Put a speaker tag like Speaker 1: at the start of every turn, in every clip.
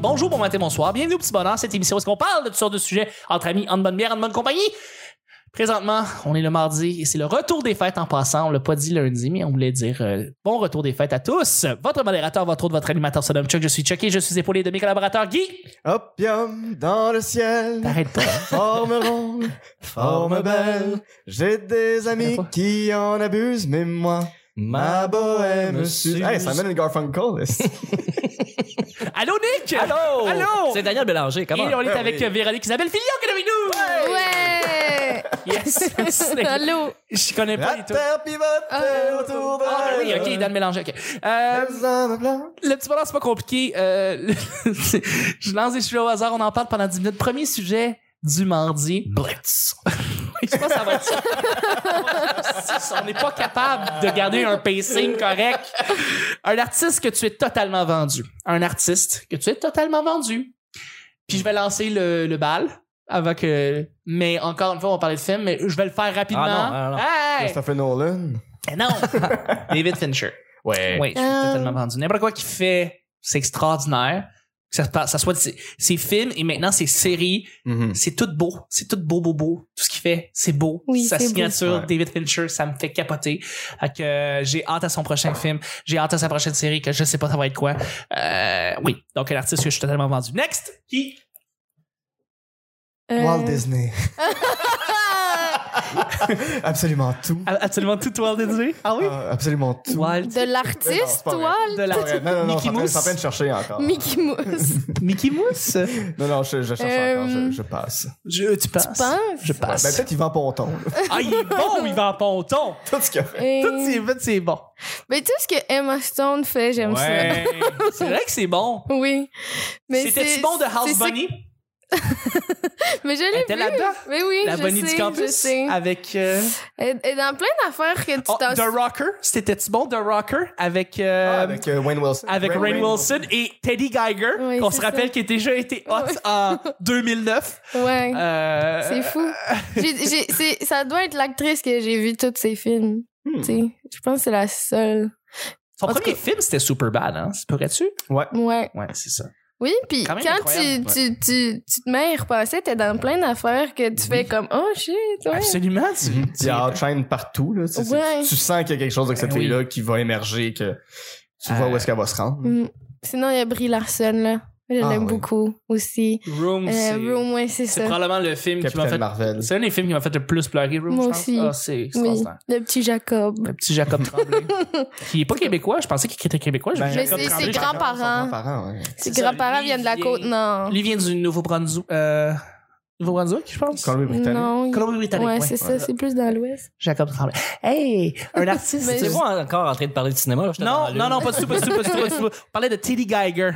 Speaker 1: Bonjour, bon matin, bonsoir. Bienvenue au Petit Bonheur, cette émission où est-ce qu'on parle de toutes sortes de sujets entre amis, en bonne bière, en bonne compagnie. Présentement, on est le mardi et c'est le retour des fêtes en passant. On l'a pas dit lundi, mais on voulait dire euh, bon retour des fêtes à tous. Votre modérateur, votre autre, votre animateur se nomme Chuck. Je suis Chuck et je suis épaulé de mes collaborateurs Guy.
Speaker 2: Opium dans le ciel,
Speaker 1: T'arrêtes pas.
Speaker 2: forme ronde, forme belle. J'ai des amis
Speaker 1: Arrête
Speaker 2: qui en abusent, mais moi, ma bohème
Speaker 3: suis.
Speaker 2: suce. Hey, ça amène une Garfunkel. est-ce?
Speaker 1: Allô Nick!
Speaker 3: Allô!
Speaker 1: Allô!
Speaker 3: C'est Daniel Bélanger, comment?
Speaker 1: Et on est
Speaker 2: Ah
Speaker 1: avec
Speaker 2: oui.
Speaker 1: euh, Véronique Isabelle Fillon qui est avec nous!
Speaker 4: Ouais!
Speaker 1: Yes!
Speaker 4: Allô!
Speaker 1: Je connais pas
Speaker 2: La
Speaker 1: du tout.
Speaker 2: terre pivote
Speaker 4: Ah.
Speaker 2: autour de
Speaker 1: Ah oui, ok, Dan Mélanger, ok. Euh,
Speaker 2: Les hommes blancs.
Speaker 1: le petit bonheur, c'est pas compliqué. Euh, le- je lance des sujets au hasard, on en parle pendant 10 minutes. Premier sujet du mardi. Blitz. je pense que ça va être ça. Si on n'est pas capable de garder un pacing correct. Un artiste que tu es totalement vendu. Un artiste que tu es totalement vendu. Puis je vais lancer le, le bal avec... euh, mais encore une fois, on va parler de film, mais je vais le faire rapidement.
Speaker 3: Ah non,
Speaker 1: Hey!
Speaker 2: Christopher Nolan.
Speaker 1: Mais non! David Fincher.
Speaker 3: Ouais.
Speaker 1: Oui, je suis
Speaker 4: Euh.
Speaker 1: totalement vendu. N'importe quoi qu'il fait, c'est extraordinaire. Que ça, pa- ça soit de ses, ses films et maintenant ses séries, c'est tout beau. C'est tout beau, beau, beau. Tout ce qu'il fait, c'est beau.
Speaker 4: Oui,
Speaker 1: Sa
Speaker 4: c'est beau.
Speaker 1: signature,
Speaker 2: Ouais.
Speaker 1: David Fincher, ça me fait capoter. Fait que euh, j'ai hâte à son prochain film. J'ai hâte à sa prochaine série que je sais pas ça va être quoi. Euh, oui, donc un artiste que je suis totalement vendu. Next! Qui?
Speaker 4: Euh,
Speaker 2: Walt
Speaker 1: Euh.
Speaker 2: Disney. absolument tout.
Speaker 1: A- Absolument tout Walt Disney. Ah oui?
Speaker 2: Ah, absolument tout.
Speaker 1: Walt
Speaker 4: De l'artiste,
Speaker 2: Non, c'est pas vrai.
Speaker 4: toi?
Speaker 1: de la...
Speaker 2: Ouais, Non, non, non, je
Speaker 1: Mickey
Speaker 2: suis en train- je suis en train de
Speaker 1: Mouse.
Speaker 2: chercher encore.
Speaker 4: Mickey Mouse.
Speaker 1: Mickey Mouse?
Speaker 2: Non, non, je, je cherche
Speaker 4: Euh,
Speaker 2: encore, je, je passe.
Speaker 1: Je, tu passes.
Speaker 4: penses?
Speaker 1: Je
Speaker 2: Ouais, ben,
Speaker 1: passe.
Speaker 2: peut-être il vend ponton. là.
Speaker 1: ah, il est bon, il va en ponton.
Speaker 2: Tout ce qu'il a fait.
Speaker 4: Et-
Speaker 1: Tout ce qu'il fait, c'est bon.
Speaker 4: Mais tout ce que Emma Stone fait, j'aime
Speaker 3: Ouais.
Speaker 1: C'est vrai que c'est bon.
Speaker 4: ça. Oui. Mais
Speaker 1: C'était-tu
Speaker 4: c'est-
Speaker 1: bon de House
Speaker 4: c'est ça-
Speaker 1: Bunny?
Speaker 4: Mais je
Speaker 1: Elle
Speaker 4: l'ai
Speaker 1: était
Speaker 4: vu.
Speaker 1: là-dedans?
Speaker 4: Mais oui,
Speaker 1: La
Speaker 4: je
Speaker 1: Bunny
Speaker 4: sais,
Speaker 1: du
Speaker 4: je
Speaker 1: campus?
Speaker 4: sais.
Speaker 1: Avec... euh,
Speaker 4: Elle elle est dans plein d'affaires que tu
Speaker 1: oh,
Speaker 4: t'en...
Speaker 1: The Rocker? C'était-tu bon, The Rocker? Avec... euh,
Speaker 2: Ah,
Speaker 1: avec
Speaker 2: avec euh, Wayne Wilson.
Speaker 1: Rainn Wilson et Teddy Geiger,
Speaker 4: Oui,
Speaker 1: qu'on
Speaker 4: c'est
Speaker 1: se rappelle
Speaker 4: ça.
Speaker 1: qui a déjà été hot
Speaker 4: Oui.
Speaker 1: en 2009.
Speaker 4: Ouais.
Speaker 1: Euh,
Speaker 4: C'est fou. J'ai- j'ai- c'est- ça doit être l'actrice que j'ai vu tous ses films.
Speaker 2: Hmm.
Speaker 4: Tu sais, je pense que c'est la seule.
Speaker 1: Son
Speaker 4: En tout
Speaker 1: premier film, c'était Superbad, hein? C'est pourrais-tu?
Speaker 4: Ouais.
Speaker 1: Ouais, c'est ça.
Speaker 4: Oui, puis
Speaker 1: Quand
Speaker 4: quand,
Speaker 1: même
Speaker 4: tu,
Speaker 1: incroyable,
Speaker 4: tu, tu, tu te mets à y repenser, t'es dans plein d'affaires que
Speaker 1: Ben
Speaker 4: tu fais comme Oh shit, ouais.
Speaker 1: Absolument. tu- tu-
Speaker 2: Il y a Outshine partout. Là. Tu, sais,
Speaker 4: Ouais.
Speaker 2: tu- tu sens qu'il y a quelque chose avec cette
Speaker 1: Ben oui.
Speaker 2: fille-là qui va émerger, que tu vois
Speaker 1: Euh,
Speaker 2: où est-ce qu'elle va se rendre.
Speaker 4: Mm. Sinon, il y a Brie Larson, là. Je
Speaker 2: Ah,
Speaker 4: l'aime
Speaker 2: oui.
Speaker 4: beaucoup aussi.
Speaker 1: Room,
Speaker 4: Euh,
Speaker 1: c'est...
Speaker 4: Room, ouais, c'est
Speaker 1: c'est
Speaker 4: ça.
Speaker 1: probablement le film qui m'a
Speaker 2: Capitaine
Speaker 1: fait...
Speaker 2: Marvel.
Speaker 1: C'est un des films qui m'a fait le plus pleurer, Room,
Speaker 4: Moi
Speaker 1: je pense.
Speaker 4: aussi.
Speaker 1: Ah, c'est
Speaker 4: Oui,
Speaker 1: extraordinaire.
Speaker 4: le petit Jacob.
Speaker 1: Le petit Jacob Tremblay. qui est pas québécois, je pensais qu'il était québécois. j'ai
Speaker 2: Ben,
Speaker 1: vu
Speaker 4: Mais
Speaker 1: Jacob
Speaker 4: c'est-
Speaker 1: Tremblay,
Speaker 4: ses
Speaker 1: j'ai-
Speaker 4: grands-parents.
Speaker 2: Son grand-parent, ouais.
Speaker 4: Ses
Speaker 1: c'est ça,
Speaker 4: grands-parents
Speaker 1: lui,
Speaker 4: viennent de la
Speaker 1: il
Speaker 4: côte
Speaker 1: vient-
Speaker 4: nord.
Speaker 1: Lui vient du Nouveau-Brunswick, euh, Nouveau-Brunswick, je pense.
Speaker 2: Colombie-Britannique.
Speaker 4: Non. il-
Speaker 1: Colombie-Britannique.
Speaker 4: Ouais,
Speaker 1: ouais.
Speaker 4: c'est ça, c'est plus dans l'ouest.
Speaker 1: Jacob Tremblay. Hey, un artiste.
Speaker 4: Mais
Speaker 3: C'est moi encore en train de parler de cinéma? là, j'étais dans
Speaker 1: Non,
Speaker 3: la lune.
Speaker 1: non, non, pas du tout, pas du tout, pas du tout, pas du tout. On parlait de Teddy Geiger.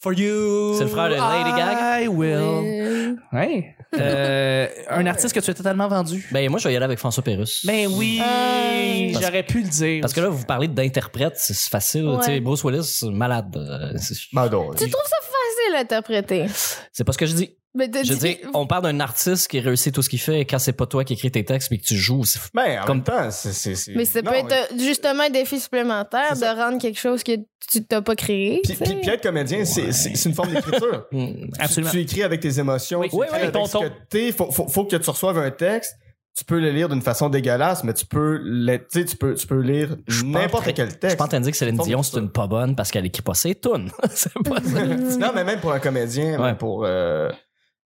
Speaker 1: For you.
Speaker 3: C'est le frère de Lady Gaga?
Speaker 1: I will.
Speaker 4: Euh,
Speaker 1: Ouais. Euh, un artiste que tu as totalement vendu.
Speaker 3: Ben, moi, je vais y aller avec François Pérus.
Speaker 1: Ben oui,
Speaker 4: Euh,
Speaker 3: Parce-
Speaker 1: j'aurais pu le dire.
Speaker 3: Parce que là, vous parlez d'interprète, c'est c'est facile.
Speaker 4: Ouais.
Speaker 3: Tu sais, Bruce Willis, c'est malade. Euh, c'est-
Speaker 2: Ben, adore.
Speaker 4: Tu trouves ça facile à interpréter?
Speaker 3: C'est pas ce que je dis.
Speaker 4: Mais t'as
Speaker 3: Je
Speaker 4: dit-
Speaker 3: dis, on parle d'un artiste qui réussit tout ce qu'il fait et quand c'est pas toi qui écris tes textes mais que tu joues. c'est-
Speaker 2: Ben, en
Speaker 3: Comme-
Speaker 2: même temps, c'est- c'est. c'est-
Speaker 4: Mais ça peut
Speaker 2: non,
Speaker 4: être
Speaker 2: mais-
Speaker 4: euh, justement un défi supplémentaire
Speaker 2: C'est
Speaker 4: de rendre quelque chose que tu t'as pas créé.
Speaker 2: Puis,
Speaker 4: tu sais.
Speaker 2: puis- puis être comédien, c'est- c'est c'est une forme d'écriture.
Speaker 3: Hmm.
Speaker 2: Tu-
Speaker 1: Absolument.
Speaker 2: Tu, écris avec tes émotions,
Speaker 1: Oui,
Speaker 2: tu
Speaker 1: oui,
Speaker 2: écris
Speaker 1: oui,
Speaker 2: avec
Speaker 1: ton
Speaker 2: ce
Speaker 1: ton.
Speaker 2: que t'es. Faut, faut, faut que tu reçoives un texte. Tu peux le lire d'une façon dégueulasse, mais tu peux, le- tu sais, tu peux, tu peux lire n'importe quel
Speaker 3: Je suis
Speaker 2: texte.
Speaker 3: pas en train de dire que Céline
Speaker 2: Forme
Speaker 3: Dion,
Speaker 2: de
Speaker 3: c'est
Speaker 2: ça.
Speaker 3: une pas bonne parce qu'elle écrit pas ses tunes. c'est pas ça.
Speaker 2: non, mais même pour un comédien, même
Speaker 3: Ouais.
Speaker 2: pour. euh,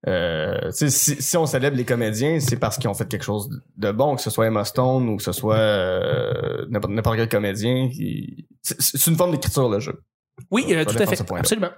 Speaker 2: euh, tu sais, si, si on célèbre les comédiens, c'est parce qu'ils ont fait quelque chose de bon, que ce soit Emma Stone ou que ce soit euh, n'importe n'importe quel comédien. qui- C'est c'est une forme d'écriture, le jeu.
Speaker 1: Oui, euh,
Speaker 2: Je
Speaker 1: tout à
Speaker 2: défends
Speaker 1: fait.
Speaker 2: ce point-là.
Speaker 1: Absolument.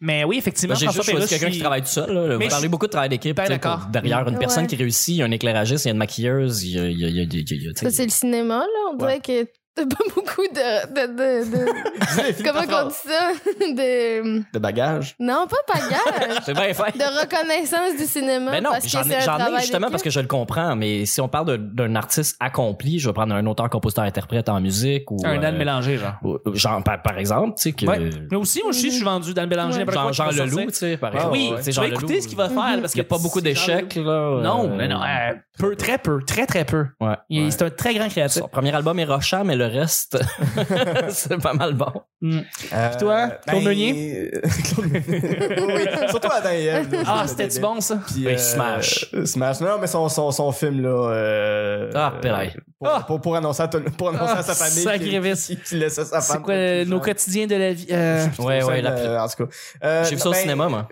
Speaker 1: Mais oui,
Speaker 3: Moi,
Speaker 1: effectivement,
Speaker 3: J'ai
Speaker 1: François
Speaker 3: juste choisi
Speaker 1: Pérus,
Speaker 3: quelqu'un
Speaker 1: je
Speaker 3: qui
Speaker 1: suis-
Speaker 3: travaille tout seul. Là.
Speaker 1: Mais je-
Speaker 3: Vous parlez beaucoup de travail d'équipe.
Speaker 1: Ben
Speaker 3: tu sais, pour-
Speaker 1: d'accord.
Speaker 3: Derrière une
Speaker 4: Mm. Ouais.
Speaker 3: personne qui réussit, il y a un éclairagiste, il y a une maquilleuse, il y a. il y a- il y a- il y a- il y a- tu
Speaker 4: Ça,
Speaker 3: sais,
Speaker 4: c'est le cinéma, là. On dirait que t'as pas beaucoup de. de, de, de- comment qu'on dit ça? De. hum,
Speaker 2: De bagages.
Speaker 4: Non, pas pagaille.
Speaker 3: C'est bien fait.
Speaker 4: de reconnaissance du cinéma.
Speaker 3: Mais Ben non,
Speaker 4: parce que
Speaker 3: j'en
Speaker 4: c'est
Speaker 3: ai,
Speaker 4: un
Speaker 3: j'en ai
Speaker 4: travail
Speaker 3: justement parce que je le comprends, mais si on parle de- d'un artiste accompli, je vais prendre un auteur, compositeur, interprète en musique ou.
Speaker 1: Un Dan
Speaker 3: euh,
Speaker 1: mélangé, genre.
Speaker 3: ou- ou genre, par, par exemple, tu sais, que.
Speaker 1: Ouais. Mais aussi, moi, je suis, je suis vendu dans le mélange.
Speaker 4: Ouais.
Speaker 1: n'importe
Speaker 3: Jean,
Speaker 1: quoi qui
Speaker 3: Jean
Speaker 1: peut sortir.
Speaker 3: Leloup, tu sais, par exemple.
Speaker 1: oui,
Speaker 3: tu sais,
Speaker 1: tu
Speaker 3: Jean
Speaker 1: vas écouter
Speaker 3: Leloup,
Speaker 1: ce qu'il va faire. Parce
Speaker 3: Il n'y a pas beaucoup d'échecs, là.
Speaker 1: Non,
Speaker 3: euh,
Speaker 1: mais non, euh, peu, très peu, très, très peu.
Speaker 3: Ouais.
Speaker 1: Il- C'est un très grand créatif.
Speaker 3: Son premier album est rochant, mais le reste, c'est pas mal bon.
Speaker 2: Euh,
Speaker 1: toi, Claude Meunier?
Speaker 2: Meunier? oui, surtout à Daniel.
Speaker 1: Ah, c'était-tu bon, ça?
Speaker 2: Puis, euh,
Speaker 3: Oui, Smash.
Speaker 2: Smash. Non, mais son, son, son film, là. euh,
Speaker 3: Ah, purée.
Speaker 2: Pour,
Speaker 1: Ah!
Speaker 2: pour, pour annoncer à, tout- pour annoncer
Speaker 1: Ah,
Speaker 2: à sa famille.
Speaker 1: sacré
Speaker 2: qu'il-
Speaker 1: vice.
Speaker 2: qu'il- qu'il laissait sa femme.
Speaker 1: C'est quoi euh, nos
Speaker 2: codes
Speaker 1: quotidiens de la vie? euh,
Speaker 3: Ouais, ouais, la-
Speaker 2: en tout cas. Euh,
Speaker 3: J'ai vu ça au
Speaker 2: ben,
Speaker 3: cinéma, moi.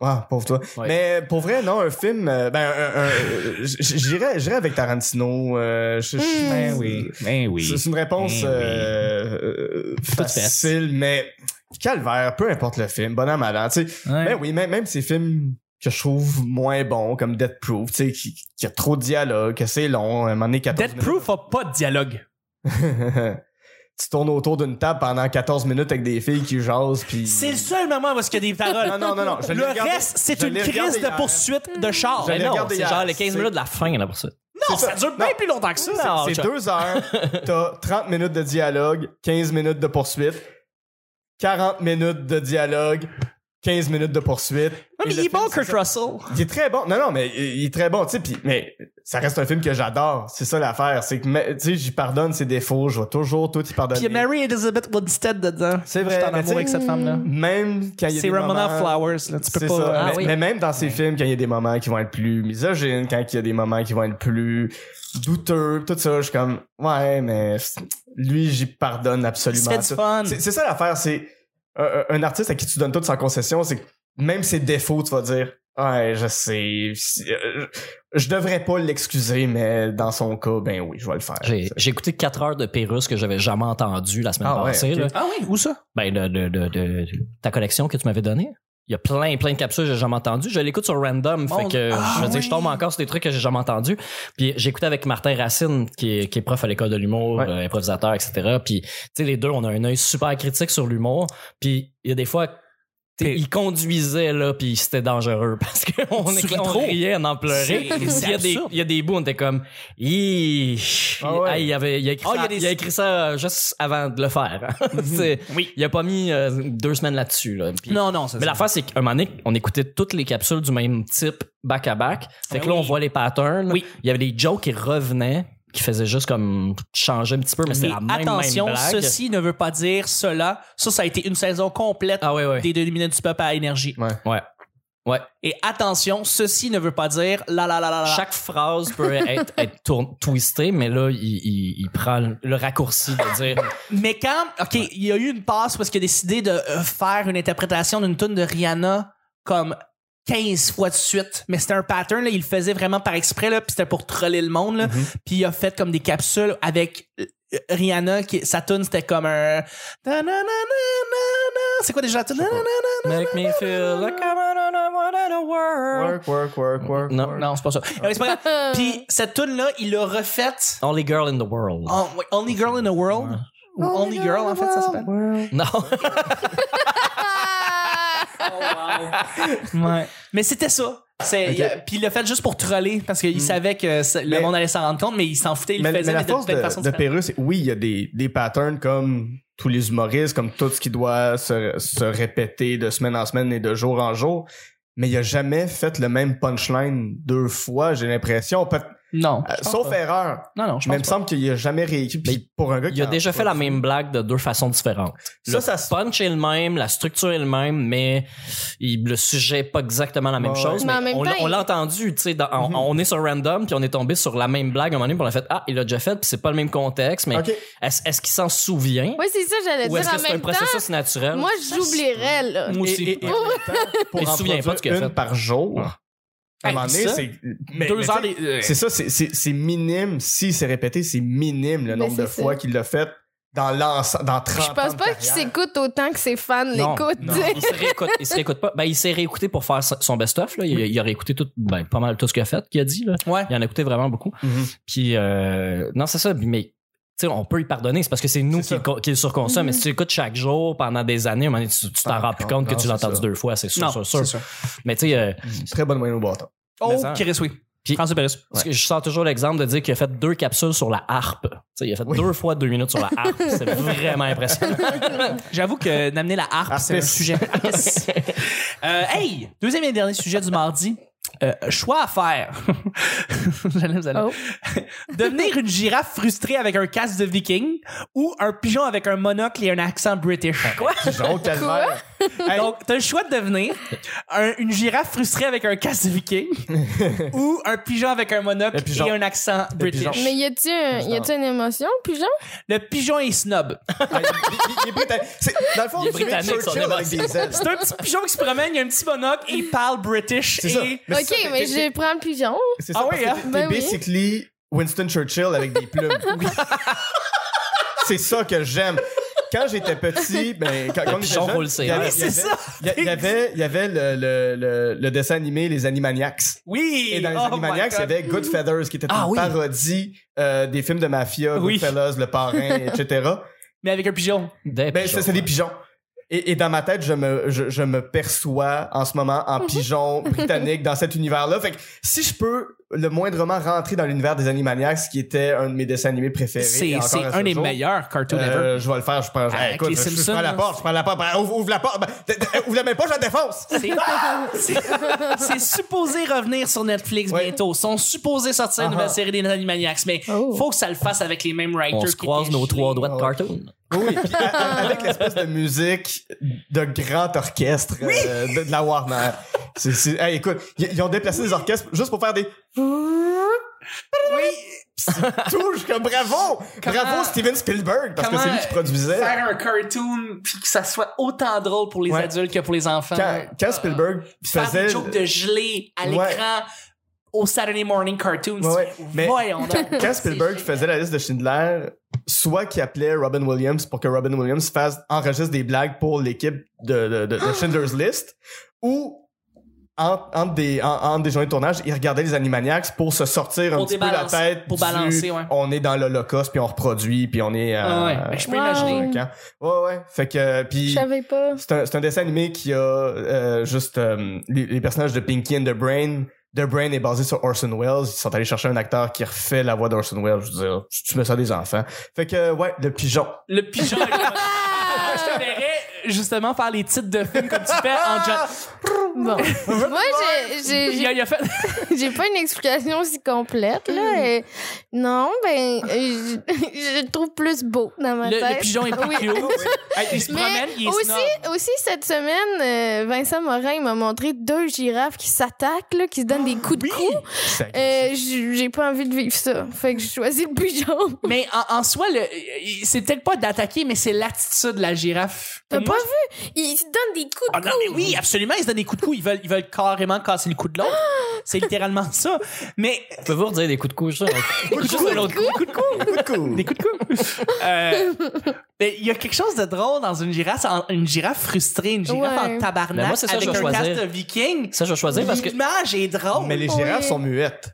Speaker 2: Ah, pauvre toi.
Speaker 3: Ouais.
Speaker 2: Mais pour vrai, non, un film, euh, ben, un- un- euh, j- j'irais, j'irais avec Tarantino. euh, je- je-
Speaker 1: Ben oui. Ben oui.
Speaker 2: C'est c'est une réponse
Speaker 3: Eh oui.
Speaker 2: euh, euh,
Speaker 3: Toute faite.
Speaker 2: facile, mais calvaire, peu importe le film, bonhomme à l'an, tu sais.
Speaker 1: Ouais.
Speaker 2: Ben oui, même, même ces films que je trouve moins bons, comme Death Proof, tu sais, qui, qui a trop de dialogue, que c'est long, à un moment donné, 14
Speaker 1: Dead Proof a pas de dialogue.
Speaker 2: minutes. tu tournes autour d'une table pendant 14 minutes avec des filles qui jasent, puis...
Speaker 1: C'est le seul moment où est-ce qu'il y a des paroles. hein.
Speaker 2: Non, non, non, non, je
Speaker 1: le
Speaker 2: l'ai regardé-
Speaker 1: reste, c'est
Speaker 2: je
Speaker 1: une
Speaker 2: l'ai
Speaker 1: crise de
Speaker 2: regardé hier.
Speaker 1: poursuite de char.
Speaker 2: Je
Speaker 1: Mais
Speaker 2: l'ai
Speaker 1: non,
Speaker 2: regardé
Speaker 3: C'est
Speaker 2: hier.
Speaker 3: genre les 15
Speaker 2: C'est-
Speaker 3: minutes de la fin, là, pour ça.
Speaker 1: non,
Speaker 2: c'est
Speaker 1: ça
Speaker 2: ça.
Speaker 1: dure bien plus longtemps que ça.
Speaker 3: Non.
Speaker 2: C'est
Speaker 3: je-
Speaker 2: deux heures, t'as 30 minutes de dialogue, 15 minutes de poursuite, 40 minutes de dialogue, 15 minutes de poursuite.
Speaker 1: Non, mais
Speaker 2: Et
Speaker 1: il
Speaker 2: le
Speaker 1: est
Speaker 2: film,
Speaker 1: bon,
Speaker 2: c'est
Speaker 1: Kurt
Speaker 2: ça.
Speaker 1: Russell.
Speaker 2: Il est très bon. Non, non, mais il est très bon, tu sais. puis- Mais ça reste un film que j'adore. C'est ça l'affaire. C'est que, mais, tu sais, j'y pardonne ses défauts. Je vais toujours tout y
Speaker 1: Puis il y
Speaker 2: pardonner.
Speaker 1: a Mary Elizabeth Winstead dedans.
Speaker 2: C'est
Speaker 1: Je
Speaker 2: vrai,
Speaker 1: suis en
Speaker 2: mais
Speaker 1: amour
Speaker 2: tu sais-
Speaker 1: avec cette femme-là.
Speaker 2: Même quand il y a
Speaker 1: C'est
Speaker 2: des
Speaker 1: Ramona
Speaker 2: moments-
Speaker 1: Flowers. Là. Tu peux
Speaker 2: C'est
Speaker 1: pas.
Speaker 2: ça.
Speaker 1: euh,
Speaker 3: Ah
Speaker 2: mais,
Speaker 3: oui.
Speaker 2: mais même dans ces films, quand il y a des moments qui vont être plus misogynes, quand il y a des moments qui vont être plus douteux, tout ça, je suis comme, ouais, mais c'est- lui, j'y pardonne absolument.
Speaker 1: C'était du
Speaker 2: ça.
Speaker 1: fun.
Speaker 2: C'est c'est ça l'affaire, c'est euh, un artiste à qui tu donnes toute sans concession, c'est que même ses défauts, tu vas dire, ouais, je sais, si- euh, je je devrais pas l'excuser, mais dans son cas, ben oui, je vais le faire.
Speaker 3: J'ai j'ai écouté 4 heures de Pérus que j'avais jamais entendu la semaine
Speaker 2: Ah ouais,
Speaker 3: passée.
Speaker 2: ok.
Speaker 3: là.
Speaker 1: Ah oui, où ça?
Speaker 3: Ben, de, de- de- de- ta collection que tu m'avais donnée. Il y a plein, plein de capsules que j'ai jamais entendues. Je l'écoute sur random.
Speaker 1: Bon,
Speaker 3: fait que
Speaker 1: ah
Speaker 3: je veux dire,
Speaker 1: oui.
Speaker 3: je tombe encore sur des trucs que j'ai jamais entendus. Puis j'écoutais avec Martin Racine, qui est, qui est prof à l'école de l'humour,
Speaker 2: Ouais.
Speaker 3: euh, improvisateur, etc. Puis, tu sais, les deux, on a un œil super critique sur l'humour. Puis, il y a des fois, tu sais, il conduisait, là, puis c'était dangereux parce qu'on
Speaker 1: Tu ris
Speaker 3: on
Speaker 1: trop.
Speaker 3: riait, on en pleurait.
Speaker 1: C'est- c'est
Speaker 3: Il y, a des,
Speaker 1: absurde.
Speaker 3: il y a des bouts, on était comme, Hi.
Speaker 2: Ah ouais.
Speaker 3: Hey, il, avait, il, a écrit
Speaker 1: Ah, il y
Speaker 3: ça,
Speaker 1: a des-
Speaker 3: il a écrit ça juste avant de le faire. C'est-
Speaker 1: Oui.
Speaker 3: il a pas mis euh, deux semaines là-dessus. Là. Puis-
Speaker 1: Non, non, ça.
Speaker 3: Mais l'affaire, c'est qu'un moment donné, on écoutait toutes les capsules du même type back-à-back. Fait
Speaker 1: Ah
Speaker 3: que là, on
Speaker 1: oui.
Speaker 3: voit les patterns.
Speaker 1: Oui.
Speaker 3: Il y avait des jokes qui revenaient, qui faisaient juste comme changer un petit peu, mais c'était
Speaker 1: Et
Speaker 3: la même,
Speaker 1: attention,
Speaker 3: même blague.
Speaker 1: ceci ne veut pas dire cela. Ça, ça a été une saison complète
Speaker 3: Ah ouais, ouais.
Speaker 1: des deux minutes du peuple à énergie.
Speaker 2: Ouais.
Speaker 3: Ouais. Ouais.
Speaker 1: Et attention, ceci ne veut pas dire la la la la la.
Speaker 3: Chaque phrase peut être, être tour- twistée, mais là, il, il- il prend le- le raccourci de dire
Speaker 1: Mais quand, ok, il y a eu une passe parce qu'il a décidé de euh, faire une interprétation d'une tune de Rihanna comme 15 fois de suite. Mais c'était un pattern, là, il le faisait vraiment par exprès, là, puis c'était pour troller le monde. Là. Puis il a fait comme des capsules avec euh, Rihanna, qui, sa tune c'était comme un... Ta-na-na-na-na-na. C'est quoi déjà la tune? Na-na-na-na.
Speaker 3: Make me feel like I'm on a one in a
Speaker 2: Work,
Speaker 3: world.
Speaker 2: work, work, work.
Speaker 3: Non,
Speaker 2: work.
Speaker 1: Non, c'est pas ça. Anyway, c'est pas grave. Puis cette tune là il l'a refaite
Speaker 3: Only girl in the world.
Speaker 2: Ah.
Speaker 1: en ouais, Only Girl in the World. Ou Only Girl, en fait, ça s'appelle.
Speaker 3: Non.
Speaker 4: Ah!
Speaker 1: Ouais. Mais c'était ça. C'est,
Speaker 2: Ok. Mm.
Speaker 1: y a- Puis il l'a fait juste pour troller parce qu'il savait que ça- le
Speaker 2: Mais-
Speaker 1: monde allait s'en rendre compte, mais il s'en foutait, il
Speaker 2: mais,
Speaker 1: le faisait
Speaker 2: mais la
Speaker 1: mais de
Speaker 2: force de,
Speaker 1: plein de façons
Speaker 2: de
Speaker 1: différentes.
Speaker 2: Pérus, c'est- oui, il y a des, des patterns comme tous les humoristes, comme tout ce qui doit se, se répéter de semaine en semaine et de jour en jour. Mais il a jamais fait le même punchline deux fois, j'ai l'impression. Peut-
Speaker 1: Non.
Speaker 2: euh,
Speaker 1: je pense
Speaker 2: sauf
Speaker 1: pas.
Speaker 2: erreur.
Speaker 1: Non, non, je pense
Speaker 2: Mais il me
Speaker 1: pas.
Speaker 2: semble qu'il a jamais réécrit. Puis pour un gars
Speaker 3: Il a
Speaker 2: qui-
Speaker 3: déjà fait la même blague de deux façons différentes.
Speaker 2: Ça,
Speaker 3: le
Speaker 2: ça se-
Speaker 3: punch est le même, la structure est le même, mais il- le sujet est pas exactement la même
Speaker 2: Ouais. Mm-hmm.
Speaker 3: chose.
Speaker 4: Mais en
Speaker 3: mais
Speaker 4: même
Speaker 3: on l'a-
Speaker 4: temps,
Speaker 3: on
Speaker 4: il-
Speaker 3: l'a entendu, tu sais, dans- on, on est sur random puis on est tombé sur la même blague à un moment donné, puis on a fait ah il l'a déjà fait, puis c'est pas le même contexte, mais
Speaker 2: Ok.
Speaker 3: est-ce est-ce qu'il s'en souvient
Speaker 4: Oui, c'est ça, j'allais
Speaker 3: ou est-ce
Speaker 4: dire
Speaker 3: que
Speaker 4: en
Speaker 3: c'est un
Speaker 4: même temps.
Speaker 3: processus naturel
Speaker 4: Moi, j'oublierais, là.
Speaker 1: Moi aussi.
Speaker 2: Et- et- et en même temps, pour
Speaker 3: Il se
Speaker 2: en
Speaker 3: souvient pas
Speaker 2: produire
Speaker 3: de ce qu'il a
Speaker 2: une
Speaker 3: fait. Ah.
Speaker 2: par jour. À un
Speaker 1: Hey,
Speaker 2: moment donné,
Speaker 1: ça,
Speaker 2: c'est. mais-
Speaker 1: Deux
Speaker 2: mais
Speaker 1: heures.
Speaker 2: tu sais,
Speaker 1: les- euh,
Speaker 2: C'est ça, c'est- c'est c'est minime. Si c'est répété, c'est minime le
Speaker 4: Mais
Speaker 2: nombre de
Speaker 4: c'est
Speaker 2: fois
Speaker 4: ça.
Speaker 2: qu'il l'a fait dans l'ensemble, dans 30
Speaker 4: Je pense pas qu'il
Speaker 2: s'écoute
Speaker 4: s'écoute autant que ses fans l'écoutent.
Speaker 3: non.
Speaker 4: tu sais.
Speaker 3: Ah, il se réécoute, il se réécoute pas. Ben, il s'est réécouté pour faire son son best-of. là. Il, il a réécouté tout, ben, pas mal tout ce qu'il a fait, qu'il a dit. Là.
Speaker 1: Ouais.
Speaker 3: Il en a écouté vraiment beaucoup.
Speaker 2: Mhm.
Speaker 3: Puis, euh, non, c'est ça. Mais, tu sais, on peut y pardonner. C'est parce que c'est nous
Speaker 2: C'est
Speaker 3: qui,
Speaker 2: ça. Mhm.
Speaker 3: le co- qui le surconsomment. Mais si tu écoutes chaque jour pendant des années, à un moment donné, tu tu t'en
Speaker 2: Ah,
Speaker 3: rends plus
Speaker 2: non,
Speaker 3: compte que
Speaker 2: non,
Speaker 3: tu l'as
Speaker 2: c'est
Speaker 3: entendu
Speaker 2: ça.
Speaker 3: deux fois. C'est sûr,
Speaker 1: Non,
Speaker 3: sûr,
Speaker 1: c'est
Speaker 3: sûr.
Speaker 1: sûr.
Speaker 3: Mais, tu sais, euh,
Speaker 2: Très bonne moyenne au bâton.
Speaker 1: Oh,
Speaker 3: Mais ça-
Speaker 1: Chris, oui.
Speaker 3: Puis-
Speaker 1: François Pérus.
Speaker 3: parce que je sors toujours l'exemple de dire qu'il a fait deux capsules sur la harpe. Tu sais, il a fait
Speaker 2: Oui.
Speaker 3: deux fois deux minutes sur la harpe. c'est vraiment impressionnant.
Speaker 1: J'avoue que d'amener la harpe, c'est un
Speaker 2: Harpiste.
Speaker 1: sujet. Harpiste. Euh, hey, deuxième et dernier sujet du mardi. Euh, choix à faire. J'allais, vous allez.
Speaker 4: Oh.
Speaker 1: Devenir une girafe frustrée avec un casque de viking ou un pigeon avec un monocle et un accent british. Quoi?
Speaker 2: Jean Calvaire. Hey,
Speaker 1: Donc, t'as le choix de devenir un- une girafe frustrée avec un casque de viking ou un pigeon avec un monocle
Speaker 2: Le pigeon.
Speaker 1: et un accent british.
Speaker 2: pigeon.
Speaker 4: Mais y a-tu un- y a-tu une émotion, pigeon?
Speaker 1: Le pigeon est snob.
Speaker 2: hey, il- il- il est britannique. C'est- Dans le fond,
Speaker 3: Il est
Speaker 2: tu mets
Speaker 3: britannique, son
Speaker 2: Churchill avec des ailes.
Speaker 1: C'est un petit pigeon qui se promène, il y a un petit monocle et il parle british.
Speaker 2: C'est
Speaker 1: et...
Speaker 2: ça. c'est
Speaker 4: Ok,
Speaker 2: ça, t'es-
Speaker 4: mais
Speaker 2: t'es-
Speaker 4: je prends le pigeon.
Speaker 2: C'est
Speaker 1: Ah
Speaker 2: ça,
Speaker 1: oui,
Speaker 2: parce que
Speaker 1: hein?
Speaker 2: t'es- t'es
Speaker 4: Ben oui.
Speaker 2: basically Winston Churchill avec des plumes. c'est ça que j'aime. Quand j'étais petit, ben, quand, quand on était
Speaker 3: pigeon
Speaker 2: jeune,
Speaker 3: roule ses
Speaker 2: Ah il y avait-
Speaker 3: ailes.
Speaker 2: il y
Speaker 1: C'est
Speaker 2: avait-
Speaker 1: ça.
Speaker 2: Il y a- il y avait, il y avait le, le, le, le dessin animé Les Animaniacs.
Speaker 1: Oui!
Speaker 2: Et dans les
Speaker 1: Oh my
Speaker 2: Animaniacs, il y
Speaker 1: God.
Speaker 2: avait Good Feathers, qui était
Speaker 1: Ah
Speaker 2: une
Speaker 1: oui.
Speaker 2: parodie euh, des films de mafia,
Speaker 1: Oui.
Speaker 2: Goodfellas, Le Parrain, etc.
Speaker 1: Mais avec un pigeon.
Speaker 3: Des
Speaker 2: Ben,
Speaker 3: pigeons.
Speaker 2: c'est c'est des pigeons. Et, et dans ma tête, je me, je, je me perçois en ce moment en pigeon britannique dans cet univers-là. Fait que si je peux le moindrement rentrer dans l'univers des Animaniacs, qui était un de mes dessins animés préférés. et
Speaker 1: C'est
Speaker 2: Ben encore
Speaker 1: c'est
Speaker 2: à
Speaker 1: un
Speaker 2: ce
Speaker 1: des
Speaker 2: jour,
Speaker 1: meilleurs cartoons ever.
Speaker 2: euh, je vais le faire, je pense.
Speaker 1: Avec
Speaker 2: écoute,
Speaker 1: les
Speaker 2: je, je
Speaker 1: Simpsons,
Speaker 2: prends la
Speaker 1: là.
Speaker 2: porte, je prends la porte. Ben, ouvre, ouvre la porte. Ben, d- d- ouvre la même pas, je la défonce.
Speaker 1: C'est c'est- c'est supposé revenir sur Netflix
Speaker 2: Ouais.
Speaker 1: bientôt. Ils sont supposés sortir une
Speaker 2: Ah
Speaker 1: nouvelle
Speaker 2: ah.
Speaker 1: série des Animaniacs, mais
Speaker 4: Oh.
Speaker 1: faut que ça le fasse avec les mêmes writers.
Speaker 3: On se
Speaker 1: qui
Speaker 3: croise
Speaker 1: étaient
Speaker 3: nos trois
Speaker 1: chez-
Speaker 3: doigts
Speaker 2: Ah
Speaker 3: de cartoon.
Speaker 2: Oui, puis a- a- avec l'espèce de musique de grand orchestre euh, de, de la Warner. C'est, c'est- hey, écoute, ils ils ont déplacé des orchestres juste pour faire des. Touche comme bravo!
Speaker 1: Comment-
Speaker 2: bravo Steven Spielberg, parce que
Speaker 1: Comment
Speaker 2: c'est lui qui produisait.
Speaker 1: Faire un cartoon puis que ça soit autant drôle pour les
Speaker 2: Ouais.
Speaker 1: adultes que pour les enfants.
Speaker 2: Quand, quand Spielberg
Speaker 1: Faire
Speaker 2: faisait.
Speaker 1: des jokes de gelée à
Speaker 2: Ouais.
Speaker 1: l'écran au Saturday Morning Cartoon.
Speaker 2: Ouais, ouais.
Speaker 1: c'est-
Speaker 2: Mais-
Speaker 1: Voyons donc.
Speaker 2: Quand Spielberg faisait la liste de Schindler, soit qu'il appelait Robin Williams pour que Robin Williams fasse enregistre des blagues pour l'équipe de,
Speaker 1: Ah!
Speaker 2: de, de- de Schindler's List, ou entre, entre des, en- entre des journées de tournage, il regardait les Animaniacs pour se sortir un
Speaker 1: Pour
Speaker 2: petit peu la
Speaker 1: débalancer,
Speaker 2: tête.
Speaker 1: pour
Speaker 2: du-
Speaker 1: balancer, ouais.
Speaker 2: On est dans l'Holocauste, puis on reproduit, puis on est. euh,
Speaker 1: Ah ouais, mais je peux
Speaker 4: Wow.
Speaker 1: imaginer.
Speaker 2: quand- ouais, ouais. Fait que.
Speaker 4: Je
Speaker 2: Puis,
Speaker 4: savais pas.
Speaker 2: c'est un, c'est un dessin animé qui a euh, juste euh, les, les personnages de Pinky and the Brain. The Brain est basé sur Orson Welles. Ils sont allés chercher un acteur qui refait la voix d'Orson Welles. Je veux dire, tu tu mets ça à des enfants. Fait que, ouais, le pigeon.
Speaker 1: Le pigeon. avec le- je te verrais justement faire les titres de films comme tu fais en John.
Speaker 4: Bon. Moi, j'ai- Ah! j'ai-
Speaker 1: Il a,
Speaker 4: j'ai
Speaker 1: il a fait.
Speaker 4: j'ai pas une explication aussi complète, là. et- Non, ben, euh, je, je le trouve plus beau dans ma
Speaker 1: Le,
Speaker 4: tête.
Speaker 1: le pigeon est plus
Speaker 4: Oui.
Speaker 1: cute. Hey, il se
Speaker 4: Mais
Speaker 1: promène, il est
Speaker 4: aussi-
Speaker 1: snob.
Speaker 4: Aussi, cette semaine, euh, Vincent Morin il m'a montré deux girafes qui s'attaquent, là, qui se donnent des coups de cou. Euh, j- j'ai pas envie de vivre ça. Fait que je choisis le pigeon.
Speaker 1: Mais en, en soi, le- il- c'est peut-être pas d'attaquer, mais c'est l'attitude de la girafe.
Speaker 4: T'as
Speaker 1: Moi,
Speaker 4: pas
Speaker 1: je-
Speaker 4: vu? Il se donne des coups de
Speaker 1: Ah non, mais oui, absolument, ils se donnent des coups de cou. Ils veulent, ils veulent carrément casser le cou de l'autre. C'est littéralement ça. Mais
Speaker 3: Je peux vous redire des coups de couche, ça? Juste un autre coup. Mm.
Speaker 1: Des coups de cou. Euh, mais il y a quelque chose de drôle dans une girafe, en- une girafe frustrée, une girafe
Speaker 4: Ouais.
Speaker 1: en tabarnak
Speaker 3: Mais moi, c'est ça que
Speaker 1: avec
Speaker 3: je vais
Speaker 1: un casque
Speaker 3: choisir.
Speaker 1: de viking.
Speaker 3: Ça, je vais choisir parce que.
Speaker 1: L'image est drôle.
Speaker 2: Mais les girafes
Speaker 4: Oui.
Speaker 2: sont muettes.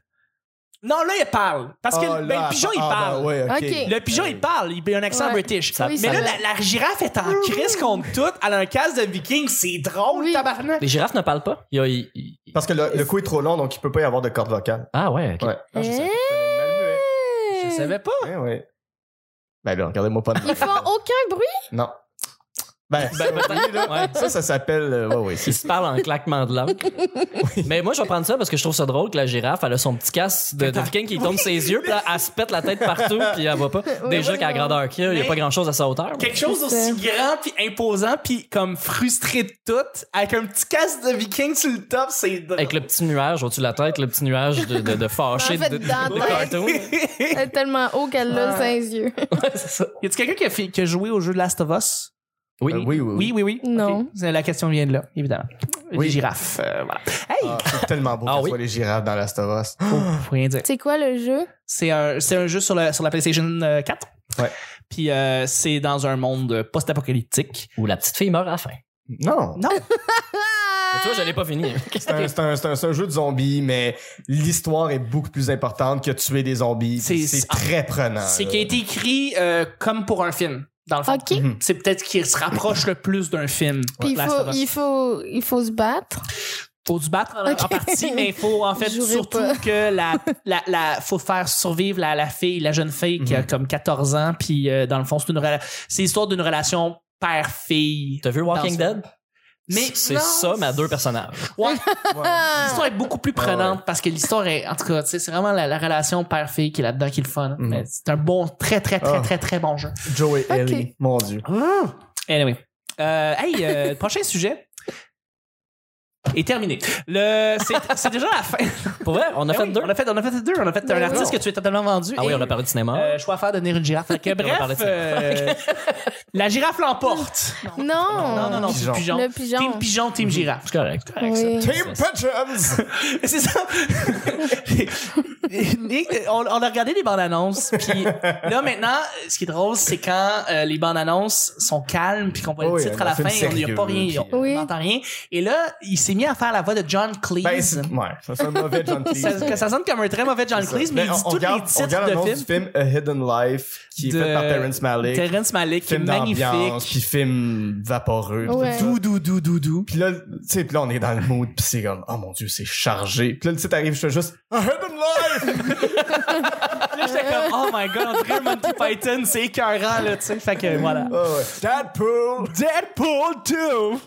Speaker 1: Non, là, il parle. Parce que
Speaker 3: Oh
Speaker 2: Ah,
Speaker 1: ben, le
Speaker 2: là,
Speaker 1: pigeon, il
Speaker 2: ah,
Speaker 1: parle.
Speaker 2: ben, ouais,
Speaker 4: Ok.
Speaker 1: Le pigeon, il parle. Il a un accent
Speaker 4: Ouais.
Speaker 1: british.
Speaker 4: Oui,
Speaker 1: mais
Speaker 4: ça
Speaker 1: là,
Speaker 4: va.
Speaker 1: la, la girafe est en crise contre tout. Elle a un casque de viking. C'est drôle,
Speaker 4: Oui.
Speaker 1: oh, tabarnak.
Speaker 3: Les girafes ne parlent pas. Il y a- il- il-
Speaker 2: Parce que le, le coup est trop long, donc il peut pas y avoir de corde vocale.
Speaker 3: Ah ouais, ok.
Speaker 2: Ouais.
Speaker 3: Ah, je sais.
Speaker 4: Euh,
Speaker 1: Je savais pas.
Speaker 2: Ouais, Eh ouais. Ben là, regardez-moi pas. de-
Speaker 4: Ils font aucun bruit.
Speaker 2: Non. Ben, ça, oui, là,
Speaker 3: Ouais.
Speaker 2: ça, ça s'appelle. euh, ouais, ouais. c'est-
Speaker 3: Ils se parlent en claquement de langue. Mais moi, je vais prendre ça parce que je trouve ça drôle que la girafe, elle a son petit casque de, de viking qui tombe ses yeux, puis là, elle se pète la tête partout, puis elle va pas. Déjà
Speaker 4: oui,
Speaker 3: qu'à la
Speaker 4: oui.
Speaker 3: grandeur qu'il y a, il n'y
Speaker 1: Mais-
Speaker 3: a pas grand-chose à sa hauteur.
Speaker 1: Quelque chose d'aussi grand, puis imposant, puis comme frustré de tout, avec un petit casque de viking sur le top, c'est drôle.
Speaker 3: Avec le petit nuage au-dessus de la tête, le petit nuage de, de, de fâché
Speaker 4: En fait,
Speaker 3: de, de-
Speaker 4: dans
Speaker 3: de
Speaker 4: la tête.
Speaker 3: cartoon.
Speaker 4: Elle est Euh, tellement haut qu'elle l'a sans les yeux.
Speaker 3: Ouais, c'est ça.
Speaker 1: Y a-tu quelqu'un qui a, fait- qui a joué au jeu de Last of Us?
Speaker 3: Oui.
Speaker 2: Euh, oui, oui, oui.
Speaker 1: Oui, oui, oui.
Speaker 4: Non.
Speaker 1: Ok. C'est- La question vient de là, évidemment.
Speaker 2: Oui.
Speaker 1: Les girafes, euh, voilà. Hey!
Speaker 2: Ah, c'est tellement beau
Speaker 3: Ah
Speaker 2: que
Speaker 3: oui.
Speaker 2: soit les girafes dans Last of Us.
Speaker 1: Faut- faut rien dire.
Speaker 4: C'est quoi le jeu?
Speaker 1: C'est un, c'est un jeu sur la, sur la PlayStation euh, 4.
Speaker 2: Ouais.
Speaker 1: Puis euh, c'est dans un monde post-apocalyptique.
Speaker 3: Ou la petite fille meurt à la fin. Mais
Speaker 2: Non.
Speaker 1: Non!
Speaker 3: tu vois, je l'ai pas fini. hein.
Speaker 2: C'est un, c'est un- c'est un- c'est un jeu de zombies, mais l'histoire est beaucoup plus importante que tuer des zombies.
Speaker 1: C'est-
Speaker 2: puis C'est
Speaker 1: c'est-
Speaker 2: très prenant.
Speaker 1: c'est
Speaker 2: là.
Speaker 1: qui a été écrit euh, comme pour un film, dans le fond.
Speaker 4: Ok.
Speaker 2: Mhm.
Speaker 1: C'est peut-être qu'il se rapproche le plus d'un film.
Speaker 4: Puis il
Speaker 1: Last
Speaker 4: faut,
Speaker 1: of Us.
Speaker 4: il, faut, il faut se battre.
Speaker 1: faut du battre en- en
Speaker 4: Ok.
Speaker 1: partie, mais il faut en fait
Speaker 4: Je jouerai
Speaker 1: surtout
Speaker 4: pas.
Speaker 1: que la, la, la- faut faire survivre la, la fille, la jeune fille qui a comme 14 ans, puis euh, dans le fond c'est une rela- c'est l'histoire d'une relation père-fille.
Speaker 3: T'as vu Walking
Speaker 1: Dans-
Speaker 3: Dead?
Speaker 1: Mais
Speaker 3: c'est
Speaker 1: non.
Speaker 3: ça, mais à deux personnages.
Speaker 1: Ouais.
Speaker 4: Ah!
Speaker 1: L'histoire est beaucoup plus prenante parce que l'histoire est, en tout cas, tu sais, c'est vraiment la, la relation père-fille qui est là-dedans qui est le fun.
Speaker 2: Mhm.
Speaker 1: Mais c'est un bon, très, très, très,
Speaker 2: Ah.
Speaker 1: très, très bon jeu.
Speaker 2: Joe et
Speaker 4: Ok.
Speaker 2: Ellie. Mon Dieu.
Speaker 1: Anyway. Euh, hey, euh, prochain sujet est terminé. Le, c'est, c'est déjà la fin.
Speaker 3: Pour vrai, on a
Speaker 1: Eh
Speaker 3: fait
Speaker 1: oui,
Speaker 3: deux.
Speaker 1: On a fait, on a fait deux. On a fait
Speaker 4: Ben
Speaker 1: un
Speaker 4: oui.
Speaker 1: artiste que tu as totalement vendu.
Speaker 3: Ah oui,
Speaker 1: et,
Speaker 3: on a parlé de cinéma.
Speaker 1: euh, choix à faire de devenir une girafe. Fait que,
Speaker 3: On a
Speaker 1: bref,
Speaker 3: parlé de ça.
Speaker 1: euh, la girafe l'emporte.
Speaker 4: Non.
Speaker 1: Non, non, non, c'est
Speaker 2: Pigeon.
Speaker 1: le pigeon.
Speaker 4: Le pigeon.
Speaker 1: Team pigeon, team
Speaker 3: Mhm.
Speaker 1: girafe.
Speaker 3: c'est correct. c'est correct,
Speaker 4: Oui.
Speaker 3: ça.
Speaker 2: Team
Speaker 3: Ça,
Speaker 2: Pigeons!
Speaker 1: C'est ça. Nick, on, on a regardé les bandes annonces. Puis là, maintenant, ce qui est drôle, c'est quand euh, les bandes annonces sont calmes, puis qu'on voit
Speaker 2: Oui, ben,
Speaker 1: le titre
Speaker 2: on
Speaker 1: à la
Speaker 2: fait
Speaker 1: fin,
Speaker 2: le
Speaker 1: et on n'y a pas
Speaker 2: sérieux,
Speaker 1: rien,
Speaker 2: puis,
Speaker 1: on
Speaker 4: euh,
Speaker 1: n'entend rien. Et là, il s'est mis à faire la voix de John Cleese.
Speaker 2: Ben, c'est- ouais, ça c'est un mauvais John Cleese.
Speaker 1: ça, que ça sonne comme un très mauvais John Cleese, mais,
Speaker 2: Ben,
Speaker 1: il dit tous
Speaker 2: regarde-
Speaker 1: les
Speaker 2: on regarde
Speaker 1: titres
Speaker 2: l'annonce
Speaker 1: de films.
Speaker 2: du film A Hidden Life, qui est
Speaker 1: de-
Speaker 2: fait par Terrence Malick.
Speaker 1: Terrence Malick, qui est
Speaker 2: film d'ambiance,
Speaker 1: magnifique.
Speaker 2: puis film vaporeux. puis tout
Speaker 4: Ouais.
Speaker 2: ça.
Speaker 1: Dou, dou, dou, dou, dou.
Speaker 2: Puis là, tu sais, puis là, on est dans le mood, puis c'est comme, oh mon dieu, c'est chargé. Puis là, le titre arrive, je fais juste, A Hidden Life!
Speaker 1: Puis là, j'étais comme, oh my god, on dirait Monty Python, c'est écœurant, là, tu sais. Fait que voilà.
Speaker 2: Ah ouais. Deadpool!
Speaker 1: Deadpool 2!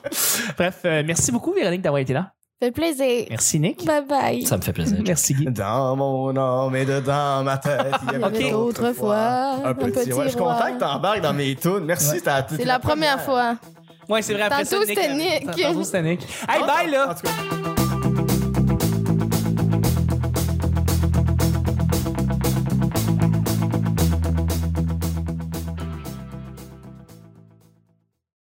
Speaker 1: Bref, euh, merci beaucoup, Véronique, d'avoir été là.
Speaker 4: Fait plaisir.
Speaker 1: Merci, Nick.
Speaker 4: Bye bye.
Speaker 3: Ça me fait plaisir.
Speaker 1: Merci, Guy.
Speaker 2: Dans mon âme et dedans ma tête, il y avait
Speaker 1: Ok.
Speaker 4: Autrefois,
Speaker 2: un petit, ouais. Je suis
Speaker 4: roi.
Speaker 2: content que t'embarques dans mes tunes. Merci, t'as
Speaker 4: C'est la première fois.
Speaker 1: Ouais, c'est vrai. après
Speaker 4: Tantôt,
Speaker 1: ça,
Speaker 4: c'était Nick.
Speaker 1: Tantôt, c'était Nick. Hey, bye, là!
Speaker 2: En tout cas,